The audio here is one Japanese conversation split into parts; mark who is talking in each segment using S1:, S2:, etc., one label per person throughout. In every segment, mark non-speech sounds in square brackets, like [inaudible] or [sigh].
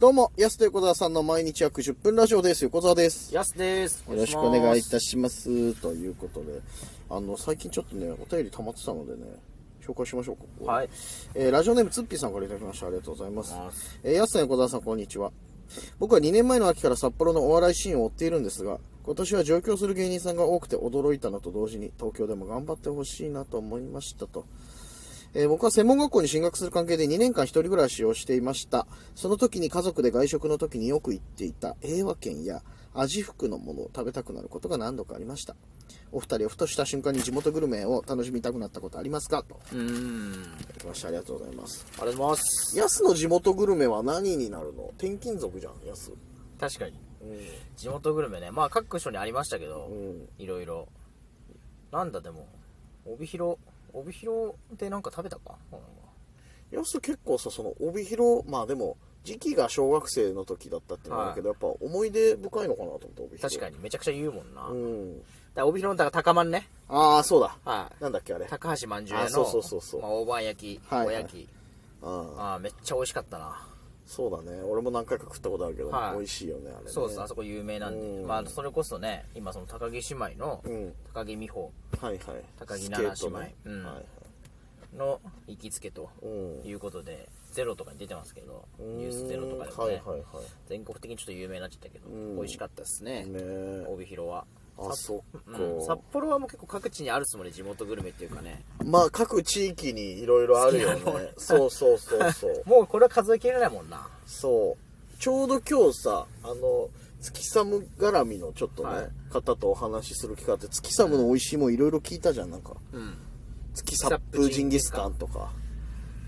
S1: どうも、やすと横澤さんの毎日約10分ラジオです。横澤です。
S2: やすです。
S1: よろしくお願いい
S2: した
S1: します。ということで、あの、最近ちょっとね、お便り溜まってたのでね、紹介しましょうか、ここ
S2: はい。
S1: えーラジオネームツッピーさんからいただきました。ありがとうございます
S2: ありがとうございます。
S1: えー、やすさん、横澤さん、こんにちは。僕は2年前の秋から札幌のお笑いシーンを追っているんですが、今年は上京する芸人さんが多くて驚いたのと同時に、東京でも頑張ってほしいなと思いましたと。えー僕は専門学校に進学する関係で2年間一人暮らしをしていました。その時に家族で外食の時によく行っていた平和圏や味服のものを食べたくなることが何度かありました。お二人はふとした瞬間に地元グルメを楽しみたくなったことありますかと。
S2: うーん。あり
S1: いただきましたありがとうございます。
S2: がとうございます。
S1: ヤスの地元グルメは何になるの転勤族じゃん、ヤス。
S2: 確かに。
S1: う
S2: 地元グルメね。まあ、各所にありましたけど、
S1: ん。
S2: いろいろ。なんだでも、帯広、帯広でなんか食べたかうん
S1: ヤス結構さ、その帯広、まあでも、時期が小学生の時だったっていうのもあるけど、やっぱ思い出深いのかなと思って、帯広。
S2: 確か
S1: に。
S2: に、めちゃくちゃ言うもんな。だか
S1: うん。
S2: ら帯広のだから高まんね。
S1: ああ、そうだ。
S2: はい。
S1: なんだっけ、あれ。
S2: 高橋まんじゅう屋
S1: あそ
S2: の、
S1: うそうそうそう
S2: まあ、大判焼き、
S1: はい
S2: おやき。
S1: ああ、
S2: ああ、めっちゃ美味しかったな。
S1: そうだね。俺も何回か食ったことあるけど、
S2: はい
S1: 美味しいよね、あれね。
S2: そうです、あそこ有名なんで。
S1: うん
S2: まあ、それこそね、今その高木姉妹の、
S1: うん。
S2: 高木美穂
S1: はいはい。
S2: 高木
S1: スケ
S2: 菜那
S1: ートね
S2: 姉妹うん
S1: はいはい。
S2: の行きつけと
S1: うん。
S2: いうことで、ゼロとかに出てますけど、
S1: うん
S2: ニュースゼロとかでも
S1: は
S2: ね、
S1: いはいは
S2: 全国的にちょっと有名になっちゃったけど、
S1: うん
S2: 美味しかったですね
S1: い。、ねえ。
S2: 帯広は。
S1: あ、
S2: 札
S1: そっか。
S2: うん札幌はもう結構各地にあるっすもんね、地元グルメっていうかね。
S1: まあ各地域にいろいろあるよ
S2: 好きな
S1: ねそうそうそうそう
S2: もうこれは数えきれないもんな。
S1: そうちょうど今日さあの月寒絡みのちょっとね、
S2: はい
S1: 方とお話しする機会あって月寒の美味しいもんいろいろ聞いたじゃんなんか
S2: うん。
S1: 月サップジンギスカンとか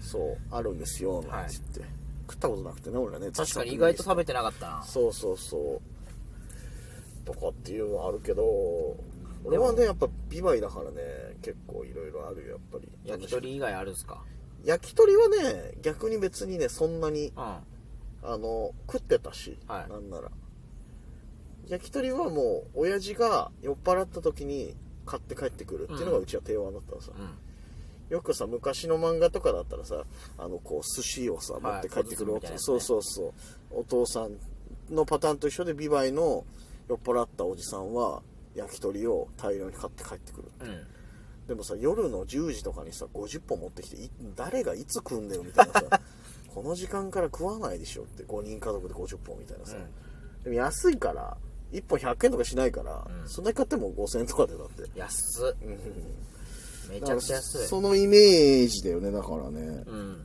S1: そうあるんですよなんつって、食ったことなくてね俺はね
S2: 確かに
S1: 月
S2: 意
S1: サッ
S2: 外
S1: プジンギ
S2: と
S1: スカン
S2: 食べてなかったな。
S1: そうそうそうとかっていうのはあるけど俺はねやっぱビバイだからね結構いろいろあるよやっぱり
S2: 焼き鳥以外あるんすか
S1: 焼き鳥はね逆に別にねそんなに
S2: うん。は
S1: あの食ってたし、
S2: はい
S1: なんなら焼き鳥はもう親父が酔っ払った時に買って帰ってくるっていうのが
S2: うん
S1: うちは定番だったのさ、
S2: うん。
S1: よくさ昔の漫画とかだったらさあのこう寿司をさ
S2: い
S1: 持って帰ってくるお
S2: 小包みたいなやつね
S1: そうそうそうお父さんのパターンと一緒でビバイの酔っ払ったおじさんは焼き鳥を大量に買って帰ってくる
S2: うん。
S1: でもさ夜の10時とかにさ50本持ってきてい誰がいつ食うんだよみたいな
S2: [laughs]
S1: さこの時間から食わないでしょって5人家族で50本みたいなさ、でも安いから1本100円とかしないから、
S2: うん
S1: そんなに買っても5000円とかでだって
S2: 安っ。めちゃくちゃ安い。
S1: そのイメージだよねだからね、
S2: うん。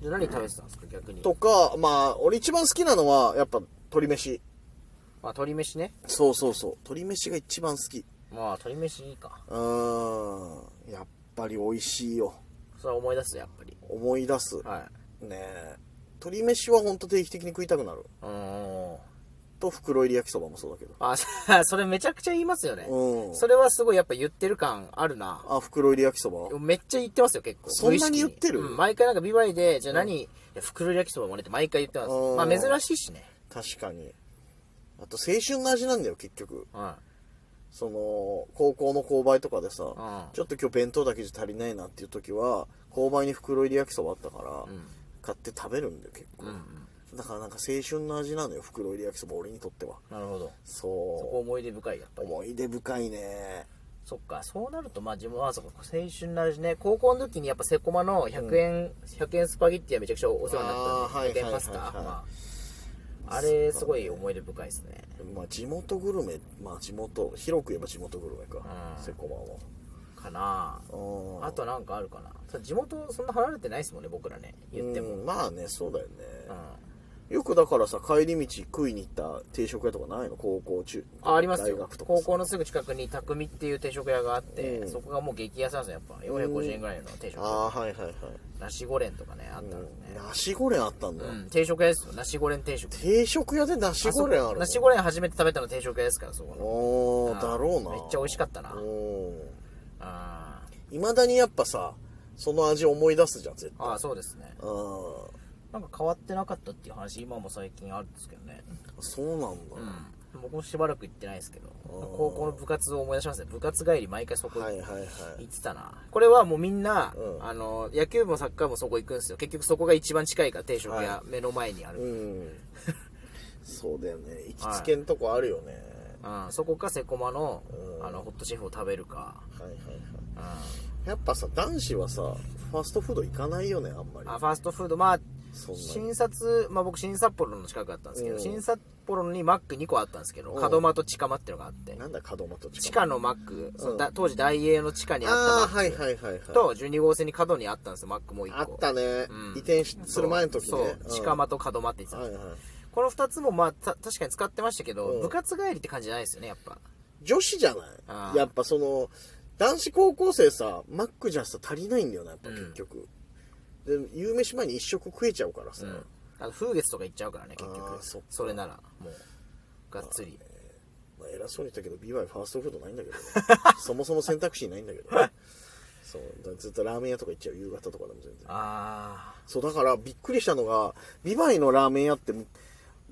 S2: で、何食べてたんですか逆に。
S1: とかまあ俺一番好きなのはやっぱ鶏飯
S2: まあ、鶏飯ね。
S1: そうそうそう鶏飯が一番好き
S2: まあ、鶏飯いいか。
S1: うーんやっぱり美味しいよ
S2: それは思い出す、やっぱり。
S1: 思い出すね
S2: はい。
S1: え鶏飯はほんと定期的に食いたくなる
S2: うーん。
S1: と袋入り焼きそばもそうだけど
S2: あ、そ [laughs] それめちゃくちゃ言いますよね。
S1: うん
S2: それはすごいやっぱ言ってる感あるな。
S1: あ袋入り焼きそば
S2: めっちゃ言ってますよ、結構。
S1: そんなに
S2: 無意
S1: 言
S2: 識
S1: ってる
S2: うん毎回なんかビバイで、じゃあ何、いや袋焼きそばもねって毎回言ってま
S1: うん
S2: す。まあ珍しいしね。
S1: 確かにあと青春の味なんだよ結局
S2: うん。
S1: その高校の購買とかでさ、
S2: ん
S1: ちょっと今日弁当だけじゃ足りないなっていう時は購買に袋入り焼きそばあったから、
S2: ん
S1: 買って食べるんだよ結構、
S2: うんうん。
S1: だからなんか青春の味なのよ袋入り焼きそば俺にとっては
S2: なるほど。そこ
S1: そ
S2: 思い出深い、やっ
S1: う
S2: ぱり。
S1: 思い出深いね
S2: そっか、そうなると、まあ自分は、そこ青春なるしね、高校の時にやっぱセコマの100円、100円スパゲッティはめちゃくちゃお世話になったんで、
S1: あーはい
S2: 100円パス
S1: はい
S2: タ。
S1: はいはい
S2: まあ、あれ、すごい思い出深いですね。
S1: まあ地元グルメまあ地元広く言えば地元グルメか、
S2: うん
S1: セコマ
S2: かなあ
S1: はうん
S2: あとなんかあるかなただ地元そんな離れてないですもんね僕らね言っても
S1: うんまあねそうだよね、
S2: うん
S1: よくだからさ帰り道食いに行った定食屋とかないの高校中
S2: ああります
S1: 大
S2: よ
S1: 学とかさ
S2: 高校のすぐ近くに匠っていう定食屋があって、
S1: うん
S2: そこがもう激安なんですよやっぱ450円ぐらいの定食
S1: ああはいはいはい、
S2: ナシゴレンとかねあったんですね
S1: ナシゴレンあったんだ
S2: う
S1: よ、
S2: ん、定食屋ですよナシゴレン定食
S1: 定食屋でナシゴレンあるの
S2: ナシゴレン初めて食べたの定食屋ですからそこの
S1: お
S2: う
S1: お
S2: ん
S1: だろうな
S2: めっちゃ美味しかったな
S1: い
S2: あ
S1: まだにやっぱさその味思い出すじゃん絶対
S2: あそうですね
S1: うん
S2: なんか変わってなかったっていう話今も最近あるんですけどね、
S1: そうなんだ、
S2: うん、僕もしばらく行ってないですけど
S1: あー
S2: 高校の部活を思い出しますね部活帰り毎回そこ行っ
S1: はいはいはい
S2: 行ってたなこれはもうみんな、
S1: うん
S2: あの野球部もサッカー部もそこ行くんですよ結局そこが一番近いから定食
S1: は
S2: 屋目の前にある、 [laughs]
S1: うんそうだよね行きつけんとこあるよね、
S2: うん、そこかセコマの,、
S1: うん
S2: あのホットシェフを食べるか、
S1: はい、はいはい
S2: うん、
S1: やっぱさ男子はさファストフード行かないよねあんまり
S2: あファーストフードまあ
S1: そんなに
S2: 新札、まあ、僕新札幌の近くだったんですけど、
S1: うん
S2: 新札幌にマック2個あったんですけど
S1: うん
S2: 門間と近間っていうのがあって
S1: なんだ門松
S2: 地
S1: 近く
S2: 下のマック、そう
S1: うん
S2: だ当時大英の地下にあった
S1: ああ
S2: マッ
S1: はいはいはいはい
S2: クと12号線に角にあったんですよマックもう
S1: あ
S2: 1個
S1: ったね、
S2: うん
S1: 移転しする前の時ね
S2: そう
S1: うん
S2: 近間と門間って言ってたんですよ
S1: はいはい
S2: この2つもまあた確かに使ってましたけど、
S1: うん
S2: 部活帰りって感じじゃないですよねやっぱ
S1: 女子じゃ
S2: あ
S1: な
S2: ー
S1: いやっぱその男子高校生さマックじゃさ足りないんだよなやっぱ
S2: うん
S1: 結局、で夕飯前に一食食えちゃうからさ、
S2: うんあと風月とか行っちゃうからね結
S1: あー
S2: 局
S1: そっか
S2: れならもうがっつり
S1: まあ、偉そうに言ったけど BY ファーストフードないんだけ [laughs] どねそもそも選択肢ないんだけ [laughs] どねそうだからずっとラーメン屋とか行っちゃう夕方とかでも全然
S2: あ
S1: そうだからびっくりしたのがビバイのラーメン屋って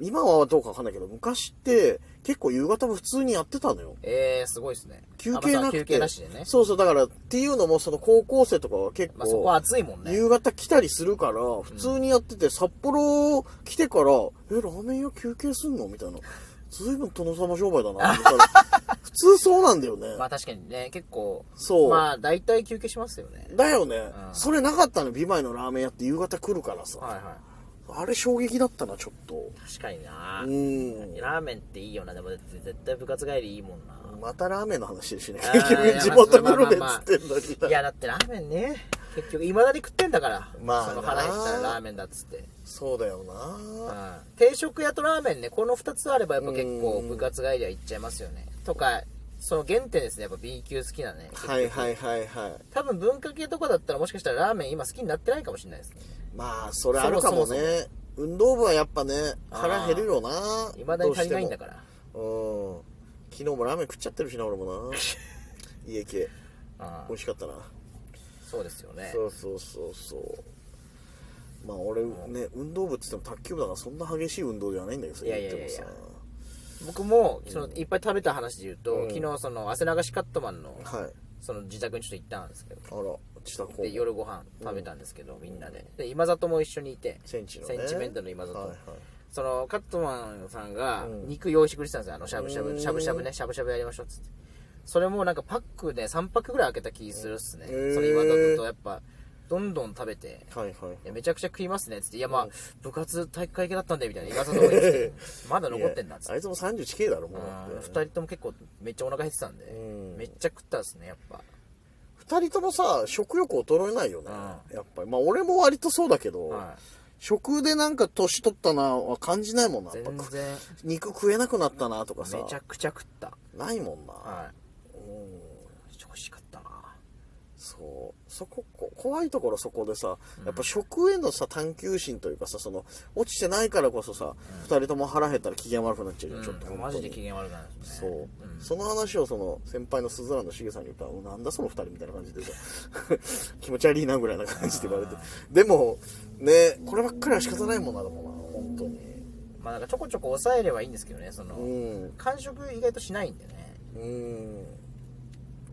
S1: 今はどうかわかんないけど昔って結構夕方も普通にやってたのよ
S2: ーえー、すごいですね
S1: 休憩
S2: あまあ
S1: なくて、
S2: 休憩なしでね、
S1: そうそうだからっていうのもその高校生とかは結
S2: まあ、そこは
S1: 構
S2: 暑いもんね
S1: 夕方来たりするから普通にやってて、札幌来てから「えラーメン屋休憩すんの?」みたいな随分殿様商売だなみたい
S2: [laughs]
S1: な普通そうなんだよね、
S2: まあ確かにね結構
S1: そう
S2: まあ大体休憩しますよね
S1: だよね、
S2: ん
S1: それなかったのビバイのラーメン屋って夕方来るからさ、
S2: はいは
S1: あれ衝撃だったなちょっと
S2: い確かにな
S1: うん
S2: ラーメンっていいよなでも絶対部活帰りいいもんな
S1: またラーメンの話ですしね
S2: あー
S1: 結
S2: い
S1: 局 [laughs]
S2: や
S1: 地元グルメっ
S2: まあまあ
S1: つってんのにない
S2: やだってラーメンね結局いまだに食ってんだから、
S1: まあ
S2: その腹減ったらラーメンだっつって
S1: そうだよな
S2: うん定食屋とラーメンねこの2つあればやっぱ結構
S1: うん
S2: 部活帰りは行っちゃいますよねとかその原点ですねやっぱ B 級好きなね
S1: はいはいはいはい
S2: 多分文化系とかだったらもしかしたらラーメン今好きになってないかもしれないですね
S1: まあそれあるかもね
S2: そもそも
S1: 運動部はやっぱね腹減るよない
S2: まだに足りないんだ
S1: か
S2: から
S1: らうん昨日もラーメン食っちゃってるしな俺
S2: [laughs]
S1: もな家系
S2: あ
S1: 美味しかったな
S2: そうですよね
S1: そうそうそうそうまあ俺ね運動部っつっても卓球部だからそんな激しい運動ではないんだけどさ
S2: いやいやいや
S1: 言っても
S2: 僕もそのいっぱい食べた話で言うと、
S1: うん
S2: 昨日その汗流しカットマンの
S1: さはい
S2: その自宅にちょっと行ったんですけど
S1: あら自宅訪
S2: で夜ご飯食べたんですけど、みんなでで今里も一緒にいて
S1: センチのね
S2: メントの今里、
S1: はいはい
S2: そのカットマンさんが
S1: うん
S2: 肉用意してくれてたんですよあのしゃぶしゃ
S1: う
S2: ぶ
S1: ん
S2: しゃぶしゃぶねしゃぶしゃぶやりましょうっつってそれもなんかパックで3パックぐらい開けた気するっすね、
S1: うん
S2: その今里とやっぱどんどん食べて
S1: はいはい
S2: いやめちゃくちゃ食いますねっつっていやまあ部活体育会系だったんでみたいな今里も言って [laughs] てまだ残ってんだっつって
S1: いやあいつも 30K だろもう
S2: 2
S1: だって
S2: 人とも結構めっちゃお腹減ってたんで
S1: うん
S2: めっちゃ食ったんですねやっぱ
S1: 二人ともさ食欲衰えないよね
S2: う
S1: やっぱりまあ俺も割とそうだけど、
S2: は
S1: 食でなんか年取ったなは感じないもんなやっぱ
S2: 全
S1: く
S2: 然
S1: 肉食えなくなったなとかさ
S2: めちゃくちゃ食った
S1: ないもんな、
S2: はいめっちゃ美味しかったな
S1: そうそここ怖いところそこでさやっぱ食へのさ探求心というかさその落ちてないからこそさ、二人とも腹減ったら機嫌悪くなっちゃうよ、ちょっと
S2: う
S1: 本
S2: ん
S1: 当
S2: マ
S1: に
S2: ジで機嫌悪くなるんです
S1: そ
S2: よ
S1: う
S2: ね、
S1: その話をその先輩の鈴蘭のしげさんに言ったらなんだその二人みたいな感じでさ [laughs] 気持ち悪いなぐらいな感じで言われてでもねこればっかりは仕方ないもんなでもな本当に
S2: まあなんかちょこちょこ抑えればいいんですけどねその、
S1: うん
S2: 完食意外としないんでね
S1: うん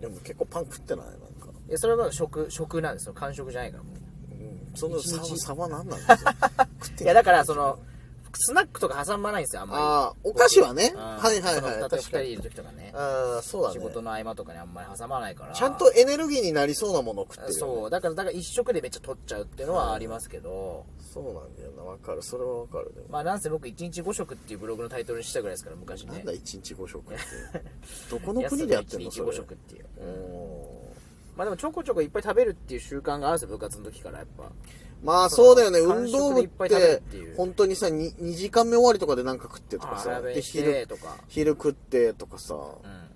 S1: でも結構パン食ってないなんか、
S2: いやそれはまあ食食なんですよ完食じゃないからもう
S1: うん、その差
S2: 一日
S1: 差は何なんですか食って
S2: い
S1: んの
S2: やだからそのスナックとか挟まないんですよあんまり
S1: ああお菓子はね
S2: うん
S1: はいはいは
S2: その
S1: い
S2: 例えば2
S1: 確
S2: 人
S1: かに
S2: いる時とかね
S1: ああそうだ
S2: 仕
S1: ね
S2: 事の合間とかにあんまり挟まないから
S1: ちゃんとエネルギーになりそうなものを食ってるよね
S2: そうだからだから一食でめっちゃ取っちゃうっていうのはありますけど、
S1: そうなんだよなわかるそれはわかるでも
S2: まあなんせ僕1日5食っていうブログのタイトルにしたぐらいですから昔
S1: な
S2: ね
S1: んだ一日5食って
S2: [laughs]
S1: どこの国でやってんの
S2: 安
S1: そ
S2: く1日5
S1: れ
S2: 食っていう
S1: うん
S2: まあでもちょこちょこいっぱい食べるっていう習慣があるんですよ部活の時からやっぱ
S1: まあそうだよね
S2: そう
S1: 運動部っ
S2: 間食でいっぱい食べる
S1: て
S2: っていう
S1: 本当にさ 2, 時間目終わりとかでなんか食ってとか
S2: あ
S1: さ
S2: ラーメン
S1: で
S2: して
S1: 昼
S2: とか
S1: 昼食ってとかさ
S2: う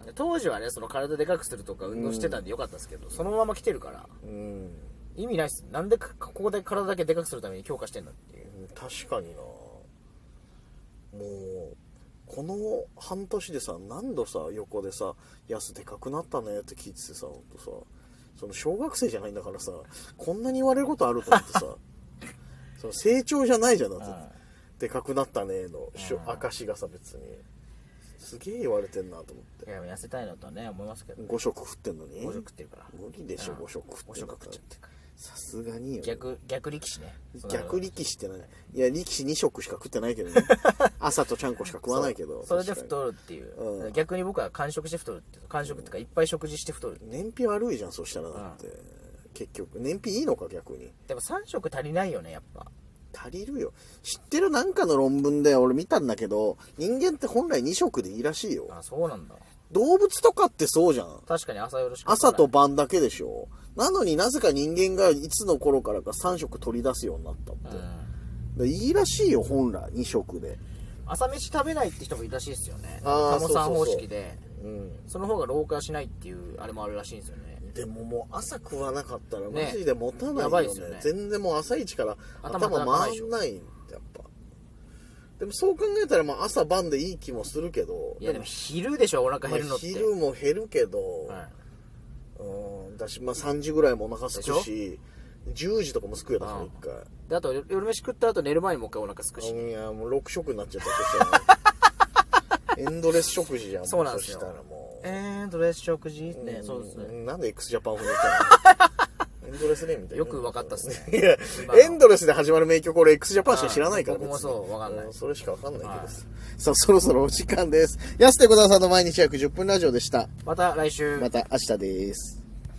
S2: ん当時はねその体でかくするとか運動してたんでよかったんですけど、そのまま来てるから
S1: うん
S2: 意味ないっすなんでかここで体だけでかくするために強化してんだっていう
S1: 確かになもうこの半年でさ何度さ横でさ「やすでかくなったね」って聞いててさほんと
S2: [laughs]
S1: さその小学生じゃないんだからさこんなに言われることあると思ってさその成長じゃないじゃんだって、
S2: うん
S1: でかくなったねの、しょ
S2: うん
S1: 証がさ別にすげえ言われてんなと思って
S2: いや痩せたいなとはね思いますけど
S1: 5食食ってんのに
S2: 5食ってるから
S1: 無理でしょ
S2: うん
S1: 5食食
S2: お
S1: ってんだ
S2: 食
S1: か
S2: 食っ
S1: ら
S2: ちゃってるから
S1: さすがによ
S2: 逆逆力士ね
S1: 逆力士ってないいや力士2食しか食ってないけど
S2: [laughs]
S1: ね朝とちゃんこしか食わないけど
S2: それで
S1: 確かに
S2: 太るっていう、
S1: うん
S2: 逆に僕は完食して太るっていう完食っていうかいっぱい食事して太る、
S1: 燃費悪いじゃんそしたらだって、結局燃費いいのか逆に
S2: でも3食足りないよねやっぱ
S1: 足りるよ知ってるなんかの論文で俺見たんだけど人間って本来2食でいいらしいよ
S2: あそうなんだ動
S1: 動物とかってそうじゃん
S2: 確かに朝よろしく
S1: 朝と晩だけでしょなのになぜか人間がいつの頃からか3食取り出すようになったって、
S2: うん
S1: でいいらしいよ本来2食で
S2: 朝飯食べないって人もいるらしいですよね
S1: あー
S2: タモさん
S1: そうそ
S2: 方
S1: うそう
S2: 式で
S1: うん
S2: その方が老化しないっていうあれもあるらしいんですよね
S1: でももう朝食わなかったら
S2: ね
S1: マジで持たないよね
S2: やばいですよね
S1: 全然もう朝一から
S2: 頭
S1: 頭
S2: 働
S1: 回
S2: か
S1: んないんだやっぱでもそう考えたらまあ朝晩でいい気もするけど
S2: いやでも昼でしょお腹
S1: まあ
S2: 減るのって、
S1: 昼も減るけど、
S2: はい
S1: うんだし、まあ、3時ぐらいもお腹すくし10時とかもすくよだから
S2: うん
S1: 一回
S2: であと夜夜飯食った後寝る前にもう一回お腹すくし、
S1: いやもう6食になっちゃっ
S2: [laughs]
S1: たそしたらエンドレス食事じゃん
S2: そうなんですよ
S1: そしたらもう
S2: えードレス食事ね、
S1: ん
S2: そうですね、
S1: なんで x ジャパン風に言った
S2: [laughs]
S1: のエンドレスねみたいな
S2: よくわかったっす
S1: [laughs]
S2: ね
S1: いや
S2: 今の
S1: エンドレスで始まる名曲俺 x ジャパンしか知らないから
S2: うん僕も
S1: 別に
S2: そうわかんない
S1: うんそれしかわかんないけど
S2: はい
S1: さあそろそろお時間です安手小沢さんの毎日約10分ラジオでした
S2: また来週
S1: また明日です